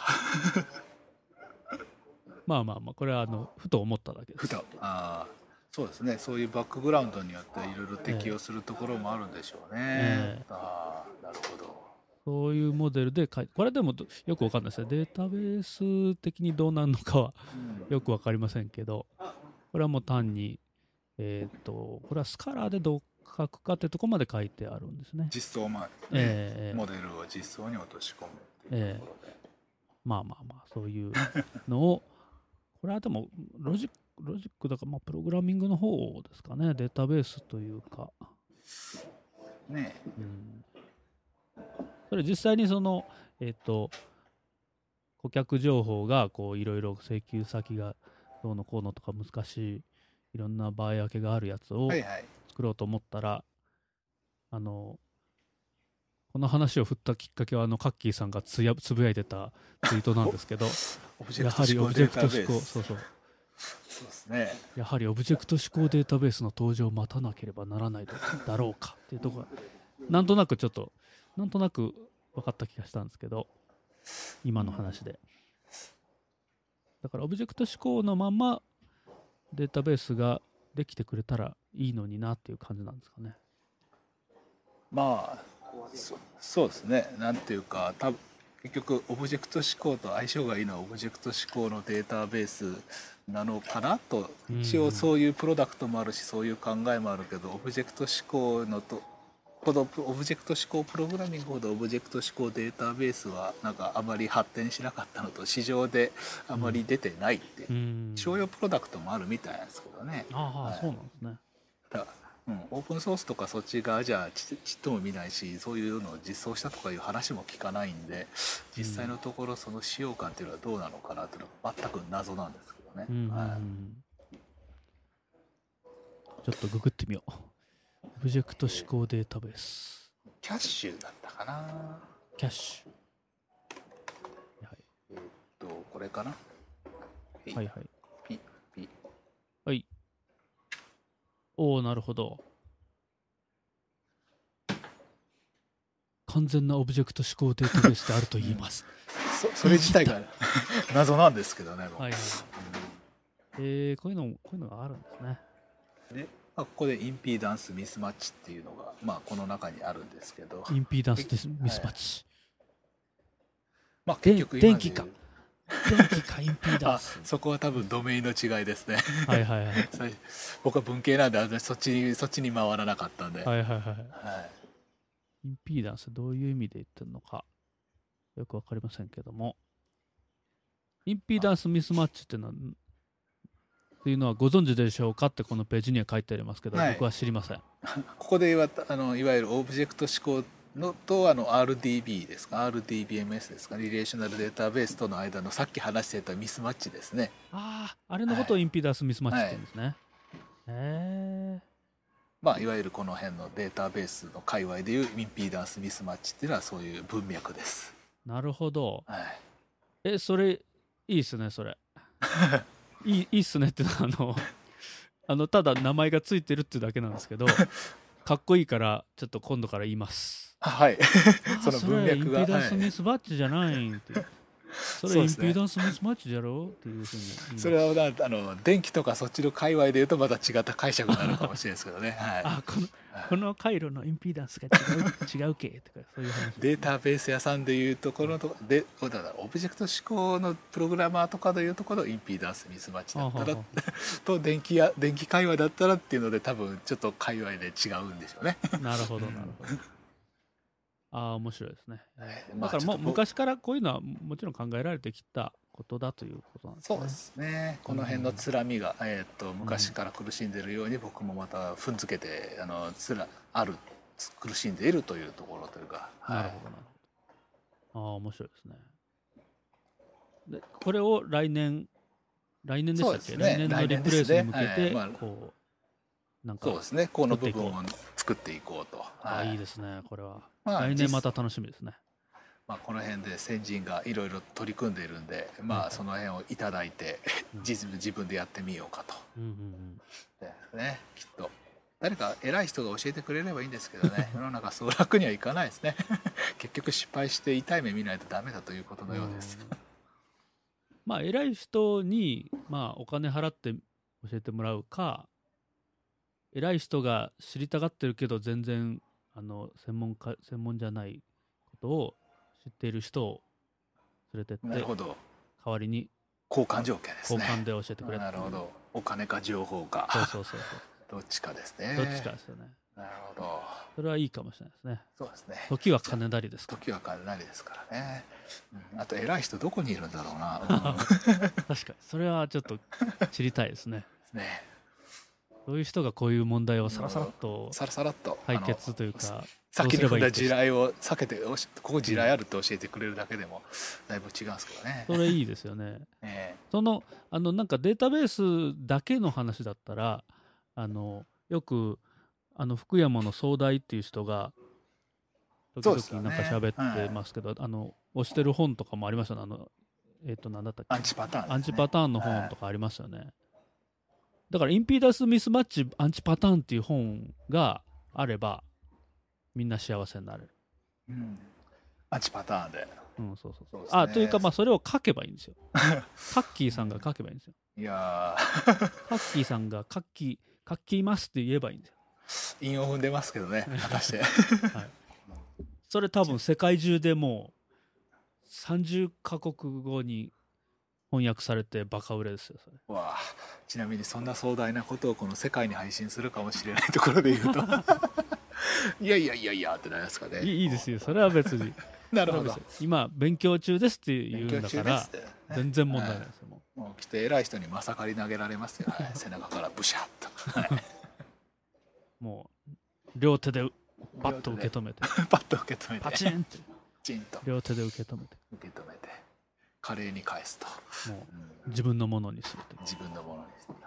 まあまあまあこれはあのふと思っただけです
普段ああ、そうですね。そういうバックグラウンドによっていろいろ適用するところもあるんでしょうね。
ええ
ああ、なるほど。
そういうモデルで書いこれでもどよくわかんないですねデータベース的にどうなるのかは
うん
よくわかりませんけど、これはもう単に、えっ、と、これはスカラーでどう書くかってとこまで書いてあるんですね。
実装前、
ええ
モデルを実装に落とし込むっていうところで、
まあまあまあ、そういうのを、これはでもロジック、ロジックだから、まあ、プログラミングの方ですかね、データベースというか、
ねえ
うん、それ実際にその、えっ、と、顧客情報がこういろいろ請求先がどうのこうのとか難しいいろんな場合分けがあるやつを
はいはい
作ろうと思ったらあのこの話を振ったきっかけはあのカッキーさんがつやつぶやいてたツイートなんですけ ど
オブジェ
や
クト
はり
思
オ
考
ブジ
デ
ェ
ー
ク
タ
ト
ベ
思
ー
考
ス
そうそう
そうですね
やはりオブジェクト思考データベースの登場を待たなければならないだろうかっていうところがなんとなくちょっとなんとなく分かった気がしたんですけど今の話でだからオブジェクト思考のままデータベースができてくれたらいいのになっていう感じなんですかね
まあそそうですねなんていうか多分結局オブジェクト思考と相性がいいのはオブジェクト思考のデータベースなのかなと
うん
一応そういうプロダクトもあるしそういう考えもあるけどオブジェクト思考のとこのオブジェクト思考プログラミングほどオブジェクト思考データベースはなんかあまり発展しなかったのと市場であまり出てないって
うん
商用プロダクトもあるみたいなんですけどね
ああ、そうなんですね。
だうん、オープンソースとかそっち側じゃちちっとも見ないしそういうのを実装したとかいう話も聞かないんで実際のところその使用感っていうのはどうなのかなっていうのが全く謎なんですけどね、
うんうんうん
はい
ちょっとググってみよう。オブジェクト指向データベース。
キャッシュだったかな
キャッシュ。はい
えーっとこれかな
はい、はい、はい。
ピッピッ
はい。おお、なるほど。完全なオブジェクト指向データベースであると言います。
そそれ自体が 謎なんですけどねもう
はいはい。 えー、こういうのも、こういうのがあるんですね。
で、まあ、ここでインピーダンスミスマッチっていうのが、まあ、この中にあるんですけど
インピーダンスですミスマッチ。
まあ
で
結局今で
電気か電気かインピーダン
あ
ス。
そこは多分ドメインの違いですね
はいはいはい。
最僕は文系なんであんまりそっちにそっちに回らなかったんで、はい
はいはいはい。インピーダンスどういう意味で言ってるのかよくわかりませんけどもインピーダンスミスマッチってのはっていうのはご存知でしょうかってこのページには書いてありますけど、
はい
僕は知りません
ここで言わあのいわゆるオブジェクト指向のとあの RDB ですか RDBMS ですかリレーショナルデータベースとの間のさっき話してたミスマッチですね
あああれのことをインピーダンスミスマッチって言うんですね、へえ
まあ、いわゆるこの辺のデータベースの界隈でいうインピーダンスミスマッチっていうのはそういう文脈です。
なるほど
はい、
えそれいいっすねそれいいいいっすねってのはあのあのただ名前がついてるってだけなんですけどかっこいいからちょっと今度から言います
あはい、
あ
その文脈
それイン
が
ピーダンス
はい
ミスマッチじゃないんって。それ
そ
イ
うで
ン
す
ピ
ね
ーダンスミスマッチじゃろっていうふうに言います。
それはなあの電気とかそっちの界隈で言うとまた違った解釈になるかもしれないですけどね、は
あこのこの回路のインピーダンスが違う違うけ とかそういう話
い、。データベース屋さんでいうところのとこでおだからオブジェクト指向のプログラマーとかでいうところのインピーダンスミスマッチだ
はあ
っ
は
た
あ
ら
は
と電気や電気界隈だったらっていうので多分ちょっと界隈で違うんでしょうね。
あなるほどなるほど。ああ面白いですね。
ま
だ
あ
からもう
ちょっとこ
昔からこういうのはもちろん考えられてきたことだということなんですね。
そうですね。この辺のつらみが、えーっと昔から苦しんでるように僕もまた踏んづけてあのつらあるつ苦しんでいるというところというか、はい、
なるほどなるほど。ああ面白いですね。でこれを来年来年でしたっけ、
そうですね
来年のリプレイスに向け
来年です
て、
ねはいまあ
こうなんか
そうですね。この部分を作っていこうと。
あ
は
あいい
い。
ですね、これは。
まあ
来年また
実
楽しみですね。
まあこの辺で先人がいろいろ取り組んでいるんで、まあその辺をいただいて
うん
自分自分でやってみようかと。
うんうんうん、
ですね。きっと。誰か偉い人が教えてくれればいいんですけど ね世の中そう楽にはいかないですね 結局失敗して痛い目見ないとダメだということのようです、
うんまあ、偉い人に、まあ、お金払って教えてもらうか、偉い人が知りたがってるけど、全然、あの、専門家、専門じゃないことを知っている人を連れてって、
なるほ
代
ど
わりに
交換条件です
交換
ね
で教えてくれっていう
なるほ。どお金か情報
そう
か
そうそう
どっちかです
そ
ね
う。どっちかですよね。
なるほど
それはいいかもしれないですね。
そうですね
時は金なりです か
時はかなりですからね、うんあと偉い人どこにいるんだろう な、うん
ら。確かに。それはちょっと知りたいですね。
ね
そういう人がこういう問題をさらさらっ と
さらさらっと
解決
あの
というか、
さっき
どうすれ
の踏ん
ばい
だ
いと
地雷を避けておしここ地雷あるって教えてくれるだけでもだいぶ違うんですけどね
それいいですよね。
ね
その、あの、なんかデータベースだけの話だったら、あの、よく、あの、福山の総大っていう人が、
そう
時
ですよ
々
ね
なんか喋ってますけど、あの、推してる本とかもありましたね。あの、えっ、と、なんだったっけ
アンチパターンですね
アンチパターンの本とかありますよね。だから、インピーダンスミスマッチアンチパターンっていう本があれば、みんな幸せになれる。
うんアンチパターンで
うん、そうそうそう。
そうですね
あ、というか、まあ、それを書けばいいん ですよ。カッキーさんが書けばいいんですよ。
いや
カッキーさんがカッキー、カッキーますって言えばいいんですよ。
ー 韻を踏んでますけどね果たして
それ多分世界中でもう30カ国語に翻訳されてバカ売れですよ、それ。
わあちなみにそんな壮大なことをこの世界に配信するかもしれないところで 言うといやいやいやいやってなりますかね
いいいいですよ、それは別に。
なるほ
そ
ど
うですよ今、勉強中ですって言
勉
うんだか
強中で
ら
す、って
全然問題ないですよ、もう
もうきっ と偉い人にまさかり投げられますよ、はい背中からブシャッと、はい
もう両手でバッと受け止めて
パッと受け止めて
パチンって
チンと
両手で受け止めて
受け止めて華麗に返すと、
も
うん
う自分のものにするという
自分のものにすると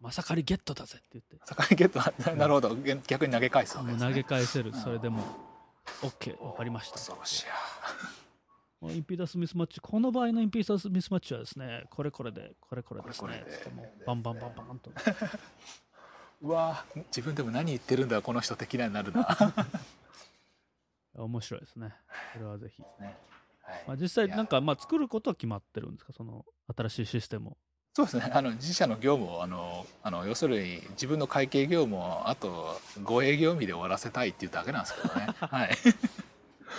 まさかりゲットだぜって言って
そこにゲットななるほどげ逆に投げ返すわけ
も
で
う
すね
投げ返せる
うん
それでもう OK 分かりました
恐ろしいや
もうインピーダンスミスマッチこの場合のインピーダンスミスマッチはですねこれこれでこれこれです
これ
ね
これで
つってもうバンバンバンバン と
うわー自分でも何言ってるんだこの人的なに なるな、は
面白いですねこれはぜひ、
い
まあ、実際なんかまあ作ることは決まってるんですかその新しいシステムを
そうですねあの自社の業務をあのあの要するに自分の会計業務をあと5営業日で終わらせたいっていうだけなんですけどね、はい、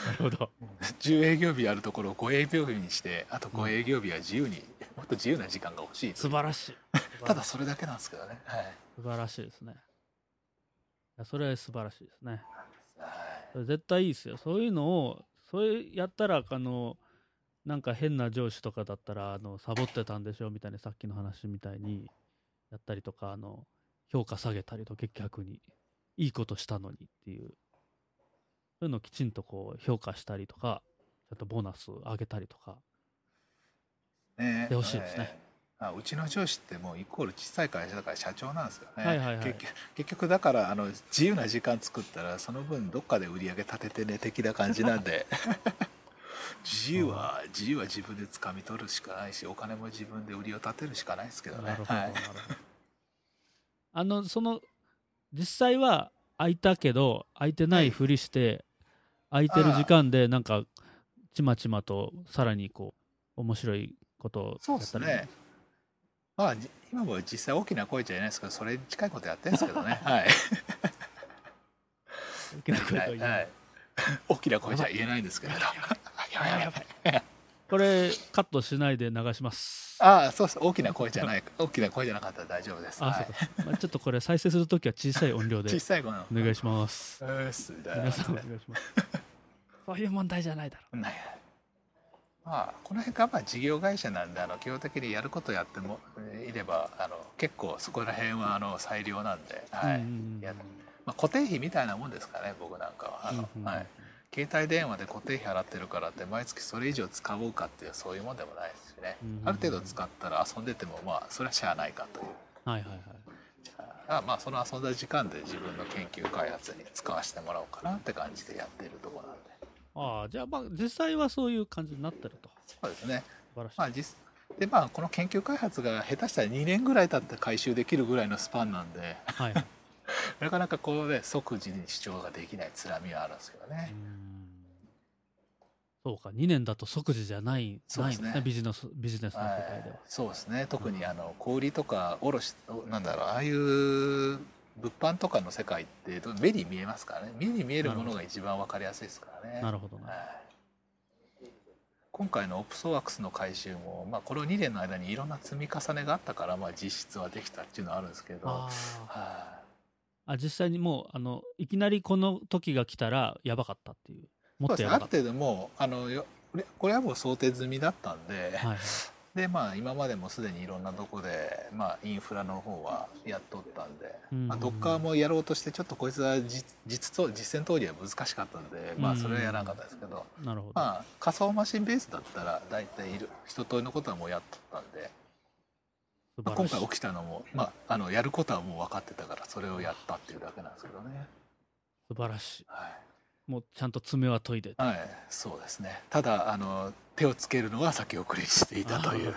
なるほど
10営業日あるところを5営業日にしてあと5営業日は自由にもっと自由な時間が欲しいと
素晴らしい
ただそれだけなんですけどねはい、
素晴らしいですねいやそれは素晴らしいですね
はい
それ絶対いいですよそういうのをそういうやったらあのなんか変な上司とかだったらあのサボってたんでしょみたいなさっきの話みたいにやったりとかあの評価下げたりとか逆にいいことしたのにっていうそういうのをきちんとこう評価したりとかちょっとボーナス上げたりとか
ね
で欲しいですね
えーあうちの上司ってもうイコール小さい会社だから社長なんですよね、
はいはいはい
結局結局だからあの自由な時間作ったらその分どっかで売り上げ立ててね的な感じなん で自由は自由は自分で掴み取るしかないしお金も自分で売りを立てるしかないですけどね
なるほど、
は
ないるほど。あの、その、実際は空いたけど、空いてないふりして、空いてる時間で、なんか、ちまちまと、さらにこう、面白いことを
そうです
やった
ね
り。
まあじ今も実際大きな声じゃないですけどそれに近いことやってるんですけどねはい
大きな声と言う
はい大きな声じゃ言えないんですけれどやばいやばいやばい
これ、カットしないで流します。
ああ、そうそう、大きな声じ ゃない、大きな声じゃなかったら大丈夫です。
あ
は
そ
いう
かそうかまあちょっとこれ、再生するときは小さい音量で
小、さい声の。
お願いします。
うーすだよ
皆さん、お願いし ます。そういう問題じゃないだろ
なんやまあ、この辺がまあ事業会社なんで、あの基本的にやることやってもえーいれば、あの結構そこら辺はあの裁量なんで、
う。
はい。
うんうん
やまあ、固定費みたいなもんですからね、僕なんかは。あの
うんうん
はい。携帯電話で固定費払ってるからって毎月それ以上使おうかっていうそういうもんでもないですしね、
うん
ある程度使ったら遊んでてもまあそれはしゃあないかという
はいはいはい。
あまあその遊んだ時間で自分の研究開発に使わせてもらおうかなって感じでやっているところなんで
ああ、じゃあ、まあ、実際はそういう感じになってると。
そうですね
素晴らしい。
まあ実でまあこの研究開発が下手したら2年ぐらい経って回収できるぐらいのスパンなんで
はいはい。
なかなかこうね即時に主張ができないつらみはあるんですけど
うー
ね
んそうか、2年だと即時じゃない、
そう
ないん
で
ですす
ね
ね、ビジネス、ビジネスの世
は
界で
い
は。
そうですね特にあの小売りとか卸なんだろうああいう物販とかの世界ってど目に見えますからね目に見えるものが一番分かりやすいですからね
なるほどな。
はい今回のオプソワックスの回収も、まあ、これを2年の間にいろんな積み重ねがあったから、まあ、実質はできたっていうのはあるんですけど、
あー
は
あ、実際にもう、あの、いきなりこの時が来たら、やばかったっていう。
い、
も
そ
っと
うです
や
ね
ば
ある
かった。
程度もうあのよこれこれはもう想定済みだったんで,、
はいはい。
でまあ、今までもすでにいろんなとこで、まあ、インフラの方はやっとったんで、
うん
まあ、ドッカーもやろうとしてちょっとこいつは実実と実践通りは難しかったんで、まあ、それはやらなかったですけど、
なるほど。
まあ仮想マシンベースだったら大体いる一通りのことはもうやっとったんで、
素
まあ
晴ら
今
しい
回起きたのも、まあ、あのやることはもう分かってたからそれをやったっていうだけなんですけどね
素晴らしい。
はい、
もう、ちゃんと爪は研いで。
はい、そうですねただあの手をつけるのは先送りしていたと いう、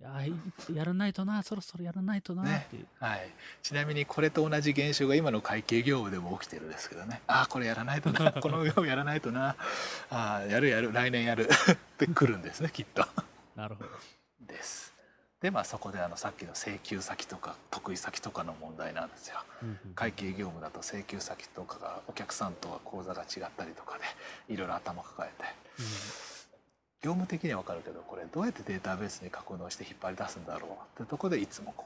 いやいやらないとな、そろそろやらないとなっていう。
はい、ちなみにこれと同じ現象が今の会計業務でも起きてるんですけどねああこれやらないと なこの業務やらないとなああやるやる来年やる って来るんですねきっと。
なるほど。
ですでまあそこであのさっきの請求先とか得意先とかの問題なんですよ
うんうん
会計業務だと請求先とかがお客さんとは口座が違ったりとかでいろいろ頭抱えて業務的には分かるけどこれどうやってデータベースに格納して引っ張り出すんだろうってとこでいつもこ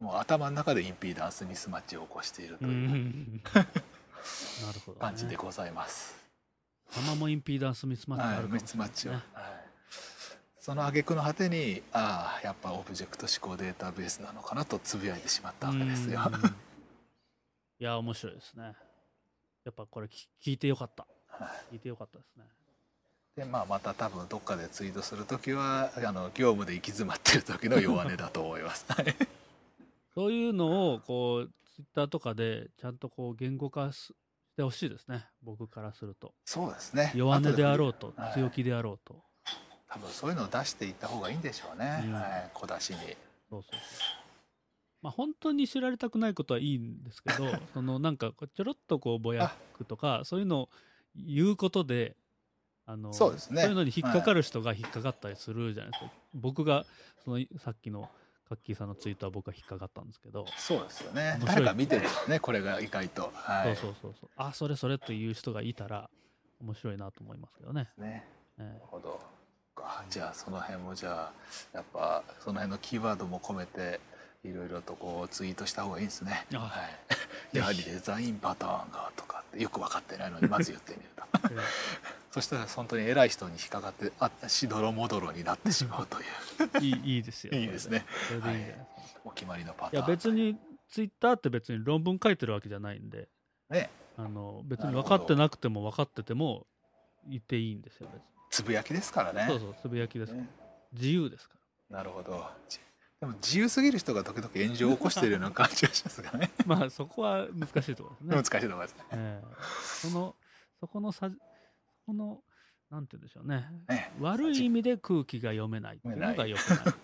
うもう頭の中でインピーダンスミスマッチを起こしていると
うんう
いうん
なるほどね。
感じでございます、
玉もインピーダンスミスマッチあ
はい
るかも
ミ
し
ス
れ
マ
ない
ッ
です
チ
ね
を、はい、その挙句の果てにああやっぱオブジェクト指向データベースなのかなとつぶやいてしまったわけですよ
うんいや、面白いですね。やっぱこれ聞聞いてよかった
は。
聞いてよかったですね。
でまあ、また多分どっかでツイートするときはあの業務で行き詰まってる時の弱音だと思い ます。はい
そういうのを、こう、ツイッターとかで、ちゃんとこう、言語化すしてほしいですね。僕からすると。
そうですね
弱音であろう
と
と
はい、
強気であろうと。
多分そういうのを出していった方がいいんでしょうね、
うん
はい、小出しに
そうそうそう。まあ、本当に知られたくないことはいいんです けど、そのなんかこうちょろっとこうぼやくとか、そういうのを言うことで、あの
そうですね
そういうのに引っかかる人が引っかかったりするじゃないですか。僕がそのさっきのカッキーさんのツイートは僕は引っかかったんですけど、
そうですよね
面白い
誰か見てるんですねこれが意外とはい
そうそうそうそう、あ、それそれという人がいたら面白いなと思いますけどね。
ね
ええ
なるほどあじゃあその辺もじゃあやっぱその辺のキーワードも込めていろいろとこうツイートした方がいいですね
あ
はい、やはりデザインパターンがとかってよく分かってないのにまず言ってみる と
え
そしたら本当に偉い人に引っかかってあしどろもどろになってしまうという
えいいいいですよ。
いいです ね
それで。それでいいんじゃないですか。
お決まりのパ
い
ターン
や別にツイッターって別に論文書いてるわけじゃないんで、
ね
あの別
な
に
る
分
ほ
か
ど
ってなくても分かってても言っていいんですよ別に
つぶやきですからね
そうそうつぶやきですから、
ね
自由ですか
なるほどじでも自由すぎる人が時々炎上を起こしているような感じがしますがね
らまあそこは難しいところで
難
す
し
ね、
いと思いますね
ええそのそこのさそこのなんて言うんでしょうね
ね
悪い意味で空気が読めないっていうのがよくない、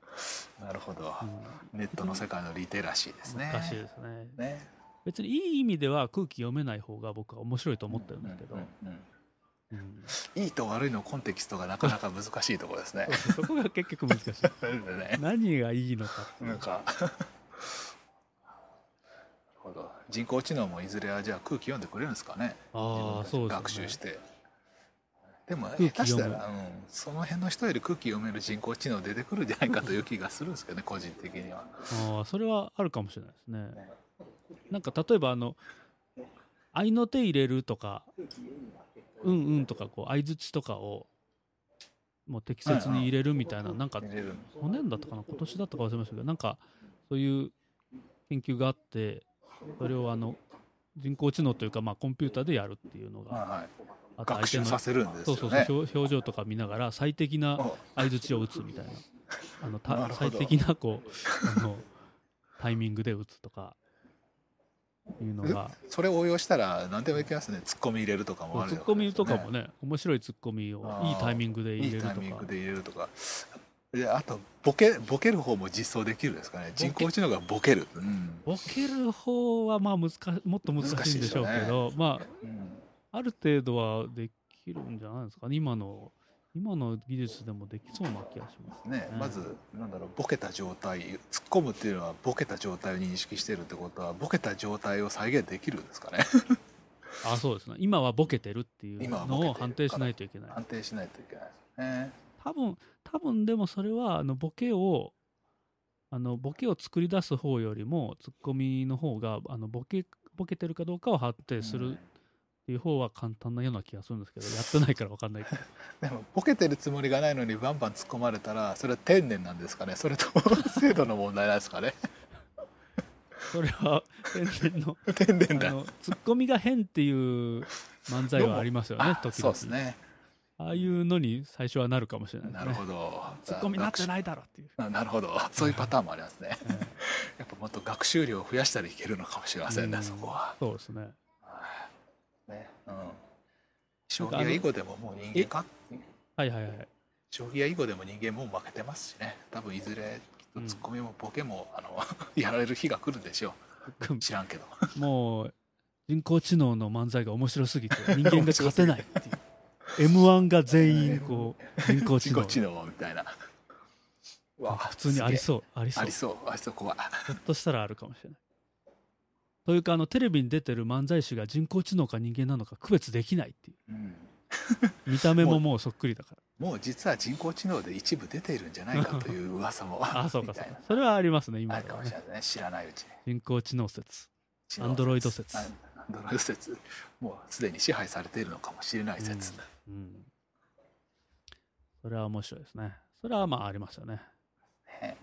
なるほど、
うん
ネットの世界のリテラシーですね
難しいですね
ね
別にいい意味では空気読めない方が僕は面白いと思ってるんですけど、
ううんうん
うん
いいと悪いのコンテキストがなかなか難しいところですね
そうそうそこが結局難しい
そうですね
何がいいのかっていう
なんか なるほど人工知能もいずれはじゃあ空気読んでくれるんですかね
ああ、
自
そう
分
です、ね、
たち学習してでも
空気
下手した
読む
ら、うん、その辺の人より空気読める人工知能出てくるんじゃないかという気がするんです けどね個人的には
ああ、それはあるかもしれないですね。なんか例えばあの、合いの手入れるとか、うんうんとか、こう、相づちとかを、もう適切に入れるみたいな、なんか、
入れるの
去年だったかな、今年だったか忘れましたけど、なんか、そういう研究があって、それをあの、人工知能というか、まあ、コンピューターでやるっていうの
はい
が、
はい
あと
学習させるんです
そ
よ
う
ね
そうそう表表情とか見ながら最適な
お
相づちを打つみ たいなあのた
なるほ
最
ど
適なこうあのタイミングで打つとかいうのが
それを応用したら何でもいけますねツッコミ入れるとかもある
ツ
よ
ッコミとかもね面白いツッコミを
あー
いいタイミングで
い
入
い
れると
タ
か
イミングで入れるとかであとボケボケる方も実装できるですかね
ケ
人工知能がボケる、うん
ボケる方はまあ難しもっと難しいんでしょうけど、ま
うん
あある程度はできるんじゃないですかね今の今の技術でもできそうな気がします
ね
うん
まずなんだろうボケた状態突っ込むっていうのはボケた状態を認識してるってことはボケた状態を再現できるんですかね
あそうですね今はボケてるっていう
今はボケて
の
る
を判定しないといけない
判定しないといけないですね
多分多分でもそれはあのボケをあのボケを作り出す方よりもツッコミの方があのボケボケてるかどうかを判定す
う
る
ん
っていう方は簡単なような気がするんですけど、やってないから分かん ないけど
でもボケてるつもりがないのにバンバン突っ込まれたらそれは天然なんですかねそれとも精度の問題なんですかね
それは天然 の
天然
あ
だ
のツッコミが変っていう漫才はありますよね
あ
時
そ
々
うですね
ああいうのに最初はなるかもしれないで
な
す
る
ね
ほど
ツッコミなって
い
ないだろっていう、
なるほどそういうパターンもありますね
え
やっぱもっと学習量を増やしたらいけるのかもしれません
う
ね
ん
そこは
そうですね
ねうん将棋や囲碁でももう人間か
はいはいはい
将棋や囲碁でも人間もう負けてますしね多分いずれきっとツッコミもボケも、あの やられる日が来るんでしょ
ツッコミ
う知らんけど
もう人工知能の漫才が面白す ぎて人間が勝てないっていう m 1が全員こう人工知
自
能
己知能みたいな
あ普通にありそうあり
う
そう
ありそうありそう怖い
ひょっとしたらあるかもしれないというかあのテレビに出てる漫才師が人工知能か人間なのか区別できないってい
うん
う見た目ももうそっくりだから
もう実は人工知能で一部出ているんじゃないかという噂も
あそうか
み
そ
た
う
い
か
な
それはありますね
あ
今
る
で
か
は
もし
ね
れないね知らないうちに
人工知能説
知能
アンドロイド説
アンアンドロイド説もうすでに支配されているのかもしれない説、
うんそれは面白いですねそれはまあありますよね
ね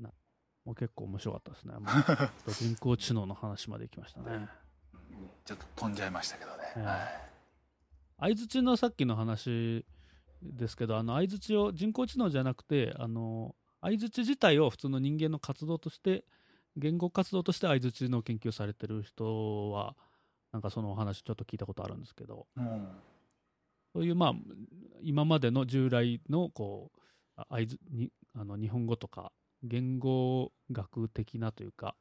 なもう結構面白かったですね。もうちょっと人工知能の話まで行きましたね。
ちょっと飛んじゃいましたけど
うん
ね。はい
相槌のさっきの話ですけど、あの相槌を人工知能じゃなくて、あの相槌自体を普通の人間の活動として、言語活動として相槌の研究されてる人は、なんかそのお話ちょっと聞いたことあるんですけど、
うん。
そういうまあ今までの従来のこうあ合図にあの日本語とか言語学的なというか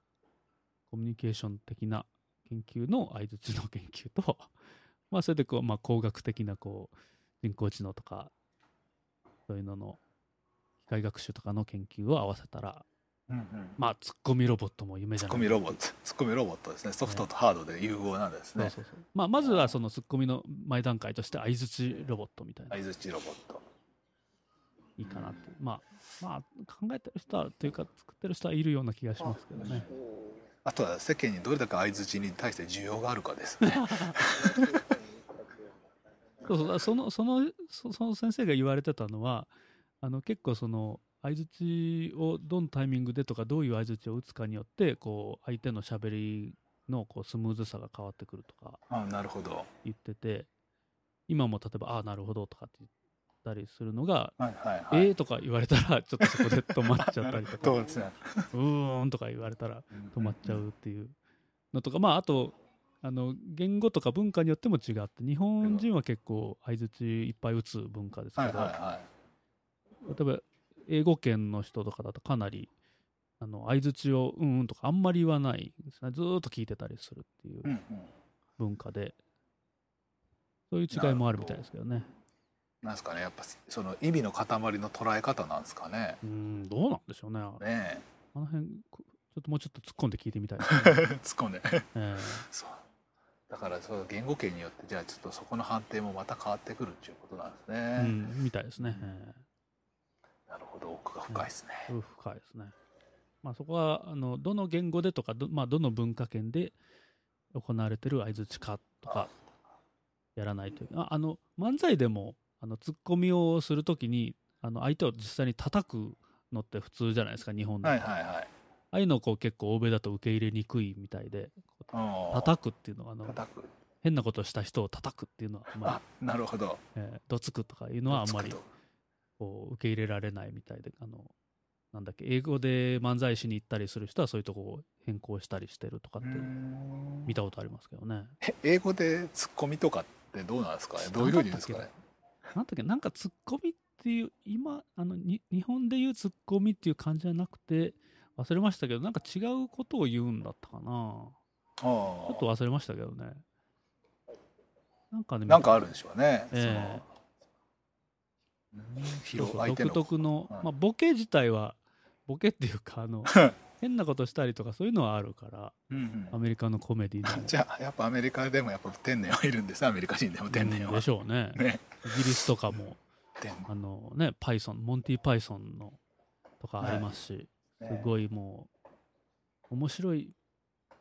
コミュニケーション的な研究の相槌の研究と まあそれでこう、まあ、工学的なこう人工知能とかそういうのの機械学習とかの研究を合わせたら
うんうん
まあツッコミロボットも夢じ
ツ
ゃ
ッ
な
コ
い
ミロボット、ツッコミロボットですね。ソフトとハードで融合なんです
そう
ね。
そうそうまあまずはそのツッコミの前段階として相槌ロボットみたいな
相槌ロボット。
いいかなって、まあまあ考えてる人はというか作ってる人はいるような気がしますけどね
あとは世間にどれだけ相槌に対して需要があるかですね。
そうそうそのそのそその先生が言われてたのはあの結構その相槌をどのタイミングでとかどういう相槌を打つかによってこう相手のしゃべりのこうスムーズさが変わってくるとか
あなるほど。
言ってて今も例えば「ああなるほど」とかって言ったりするのが
はいはい
「
はい。
えー」とか言われたらちょっとそこで止まっちゃったりと か「
そう
う
ですね。
ーん」とか言われたら止まっちゃ
ん。
うっていうのとか、まああとあの言語とか文化によっても違って日本人は結構相づちいっぱい打つ文化ですけ
はい
ど、
はいは
例えば英語圏の人とかだとかなりあの相づちを「うんうん」とかあんまり言わないですねずーっと聞いてたりするってい
い。うん
う
うん。
文化で、そういう違いもあるみたいですけどね
なんですかね。やっぱその意味の塊の捉え方なんですかね。
うんどうなんでしょうねあ
ね
の辺こちょっともうちょっと突っ込んで聞いてみたいです
え。
ね、
突っ込んで。
ええ
そう。だからそう言語圏によってじゃあちょっとそこの判定もまた変わってくるっていうことなんですね。
うん、みたいですね、ええ
なるほど奥が深いですね。
うん深いですね。まあ、そこはあのどの言語でとかど,、まあ、どの文化圏で行われてる相づちかとかやらないというああの漫才でもあのツッコミをするときにあの相手を実際に叩くのって普通じゃないですか日本で、
はいはいはい。
ああいうのをこう結構欧米だと受け入れにくいみたいで
うん
叩くっていうのはあの
叩く。
変なことをした人を叩くっていうのはあんま
あなるほど。
り、えーどつくとかいうのはあんまり
つくと
こう受け入れられないみたいであのなんだっけ英語で漫才しに行ったりする人はそういうとこを変更したりしてるとかって見たことありますけどね。
え英語でツッコミとかってどうなんですかねどういうふうに言うんですかね
なんだっけなんかツッコミっていう今あのに日本で言うツッコミっていう感じじゃなくて忘れましたけどなんか違うことを言うんだったかな
あ
ちょっ
ー
と忘れましたけどね。なんかね
なんかあるんでしょうね。そ
え
の
え
う
そ
ん
う
広
そう
相手
独
の
特の、
はい
まあ、ボケ自体はボケっていうか あの変なことしたりとかそういうのはあるから
うんう
ア
ん
メリカのコメディの
じゃあやっぱアメリカでもやっぱ天然はいるんですねアメリカ人でも天然
うん
は
で。しょうね
ね
イギリスとかも
天然
あのねパイソンモンティ・パイソンのとかありますし、す
い。
ごいもう面白い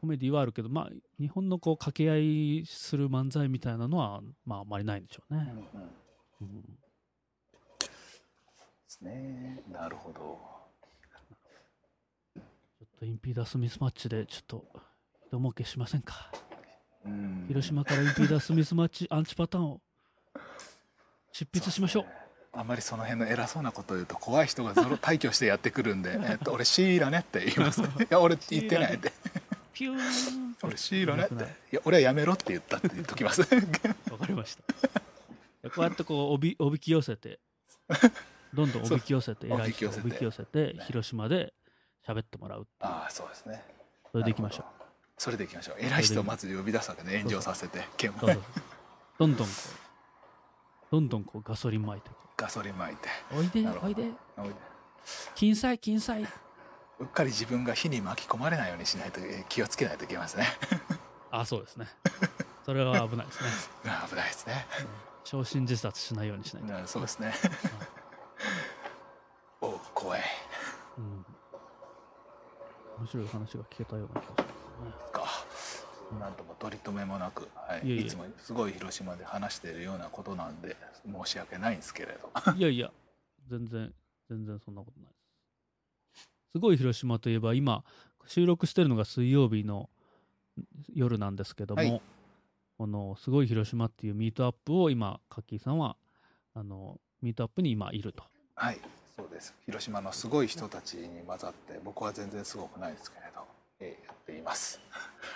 コメディはあるけどまあ日本のこう掛け合いする漫才みたいなのはまああまりないんでしょう
うん
ね
う、んで
うん
すね。なるほど。
ちょっとインピーダンスミスマッチでちょっと人儲けしませんか
うん
広島からインピーダンスミスマッチアンチパターンを執筆しま しょう
あんまりその辺の偉そうなことを言うと怖い人がゾロ退去してやってくるんで「えっと俺シーラね」って言います、ね「いや俺言ってない」って
ピューン
「俺シーラね」って
言わなくない
「いや俺はやめろ」って言ったって言っときます
わかりました。こうやってこうおびおびき寄せて、どんどんおびき寄せて、
そう
偉い人をお
お
び
び
き寄
き寄
せて、
ね
広島で喋ってもらう。
ああそうですね
それでいきましょう
な。るほどそれでいきましょう偉い人をまず呼び出すわけで炎上させて剣を
そうそうどんどんこう、どんどんこうガソリン撒いてこ
ガソリン撒いて
う。おいで
なる、ほ
お
ど
いで、
おいう
金彩、金彩。
っかり自分が火に巻き込まれないようにしないとえー気をつけないといけますね
あ、そうですね。それは危ないですね。
あー 危ないですね
昇進自殺しないようにしないと。
うんそうですねおう怖い
うん面白い話が聞けたような気がしますね。
かなんとも取り留めもなく、はい、
いえいえ
いつもすごい広島で話しているようなことなんで申し訳ないんですけれど
いやいや、全然、全然そんなことないです。すごい広島といえば今収録してるのが水曜日の夜なんですけども、
はい
この「すごい広島」っていうミートアップを今カッキーさんはあのミートアップに今いると。
はい、そうです。広島のすごい人たちに混ざって、僕は全然すごくないですけれど、えーやっています。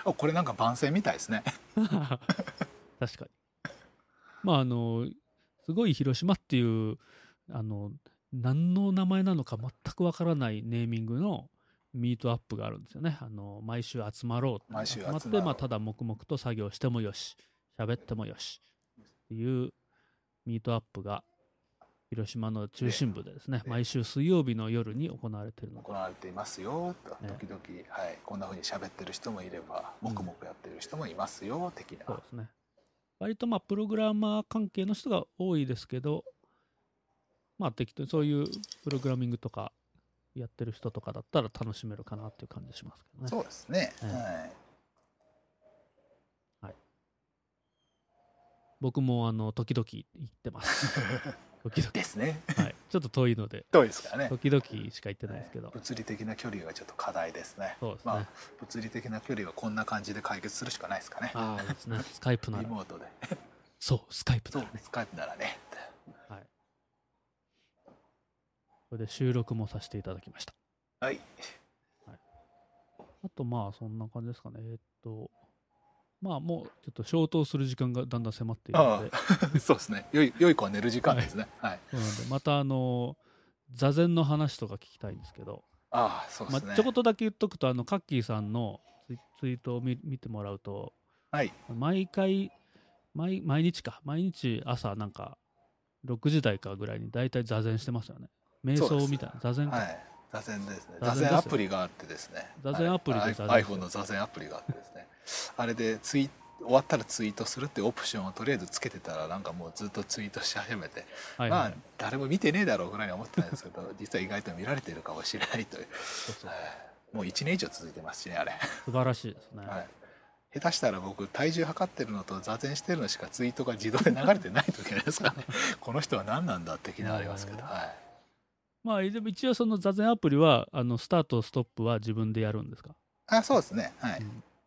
あ、これなんか番宣みたいですね。
確かに。まああのすごい広島っていうあの何の名前なのか全くわからないネーミングのミートアップがあるんですよね。あの毎週集まろうって
毎週集まろ
ま
う
って、まあ、ただ黙々と作業してもよし喋ってもよしっていうミートアップが広島の中心部でですね
ええ
毎週水曜日の夜に行われているので
行われていますよ。と
え
時々、はい、こんな風に喋ってる人もいれば、黙々やってる人もいますよ。的
そう
な
で。すね。割とまあプログラマー関係の人が多いですけど、まあ適当にそういうプログラミングとかやってる人とかだったら楽しめるかなっていう感じしますけどね。
そうですね。
ええ
はい。
僕もあの時々行って ます。時々。
ですね。
はい。ちょっと遠いので、
遠いですからね。
時々しか行ってないですけど。
物理的な距離がちょっと課題ですね。
そうですね。
まあ、物理的な距離はこんな感じで解決するしかないですかね。
ああ、いいですね。スカイプな
リ
ら。
モートで。
そう、スカイプ
そ
な
う
ら、ね。
スカイプならね。
はい。これで収録もさせていただきました。
はい。
あとまあそんな感じですかね。えーっと、まあもうちょっと消灯する時間がだんだん迫っているので、
そうですね。良い、良い子は寝る時間ですね。はい。
そうなんでまたあの、座禅の話とか聞きたいんですけど、
ああ、そうで
ます
ね。
あ、ちょこっとだけ言っとくと、あの、カッキーさんのツイツイートを見見てもらうと、
はい。
毎回、毎毎日か、毎日朝なんか、6時台かぐらいに大体座禅してますよね。瞑想みたいな、座禅か、
はい。座禅ですね。
座
座
禅です
禅アプリがあってですね。
座禅アプリで
はい
座禅
iPhone の座禅アプリがあってですね。 あれでツイ終わったらツイートするってオプションをとりあえずつけてたらなんかもうずっとツイートし始めて、
はい
ま
は
あ
い
誰も見てねえだろうぐらいに思ってたんですけど実は意外と見られてるかもしれないという
そうそう
はいもう1年以上続いてますしねあれ、
素晴らしいですね。
はい、下手したら僕体重測ってるのと座禅してるのしかツイートが自動で流れてない時なんですから ねこの人は何なんだって気になりますけど、はい、
まあ、でも一応その座禅アプリは、あの、スタート、ストップは自分でやるんですか
あそうですねはい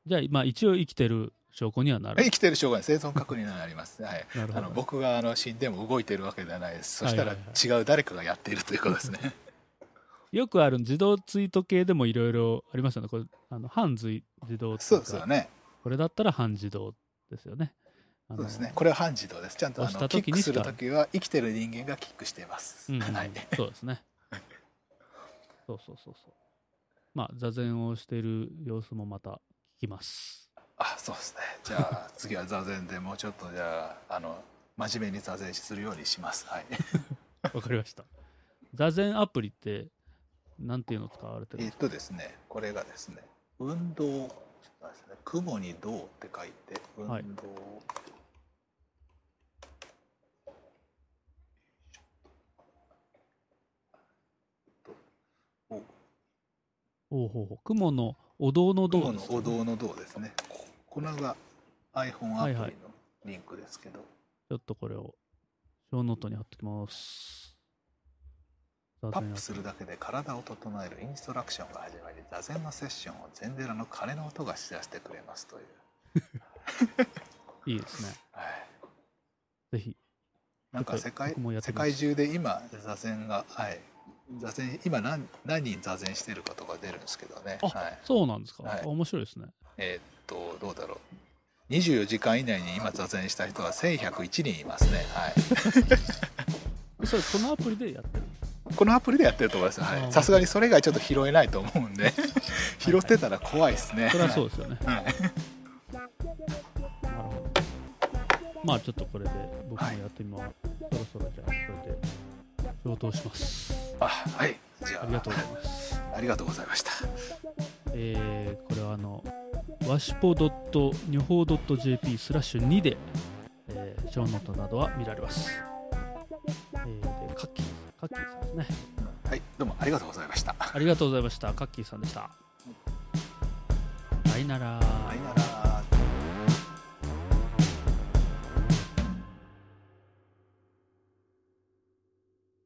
じゃあ、まあ一応生きてる証拠にはなる
生。きてる証拠に生存確認になります。はい。
なるほ
あの
ど。
僕があの死んでも動いてるわけではないです。そした
は
ら
いはい
違う誰かがやっているということ ですね。
よくある自動ツイート系でもいろいろありますよね。これ、あの、半自自動って
そ
いうか
ですよね。
これだったら半自動ですよね。あの
そうですね。これは半自動です。ちゃんとあ
押し
の
た
キ
時に
ック
しか
するときは生きてる人間がキックしています。
うん、うん
はい。
そうですね。そうそうそうそう。まあ、座禅をしている様子もまた聞きます。
あ、そうですね。じゃあ次は座禅でもうちょっとじゃああの真面目に座禅するようにします。はい。
わかりました。座禅アプリって、なんていうの使われてるん
え
で
っ
すか
とですね。これがですね。運動なんですね。雲に動って書いて運動。
はい
お
おうほうほう。雲のお堂の
道
堂
の
ですかね
お堂の道ですね。ここれが iPhone アプ
はいは
リの
い
リンクですけど、
ちょっとこれを、小ノートに貼ってきます。座
タ
禅
ッ
ア
プするだけで体を整えるインストラクションが始まり、座禅のセッションを禅寺の鐘の音が知らせてくれますという。
プリいいですね。
はい、
ぜひ。
なんか世界
僕もやって
世
みます
界中で今座禅が、はい、座禅今何何人座禅してるかとか出るんですけどね。
あ、
はい、
そうなんですか、
はい
面白いですね。
えーっとどうだろう。24時間以内に今座禅した人は1101人いますね。はい。
それ、このアプリでやってる。
このアプリでやってると思いますは
あー
いさすがにそれ以外ちょっと拾えないと思う んで拾ってたら怖いですね
それはそうですよね。
はい
なるほど。まあ、ちょっとこれで僕もやってみます。そろそろじゃあ、これで消灯します。
あはいじゃあ
ありがとうございます。
ありがとうございました
えーこれはあの、わしぽ女法 .jp スラッシュ2で、えー、小ノートなどは見られます。えー、で、カッキー、カッキーさんですね。
はいどうもありがとうございました
ありがとうございました。カッキーさんでした。さよなら。
さよなら